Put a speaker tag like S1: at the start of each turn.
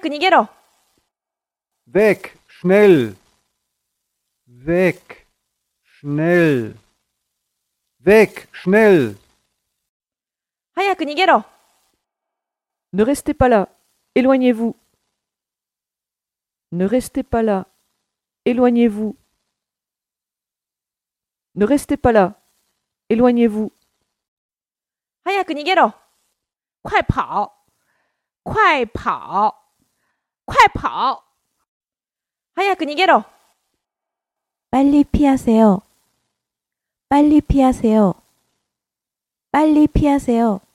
S1: que Nigero
S2: Weg, schnell. Weg, schnell. Weg, schnell.
S1: Haya que Nigero
S3: Ne restez pas là. Éloignez-vous. Ne restez pas là. Éloignez-vous. Ne restez pas là. Éloignez-vous.
S1: Haya que Nigero
S4: 快跑！快跑！快跑！
S1: Haya que Nigero
S5: 빨리 피하세요. 빨리 피하세요. 빨리 피하세요.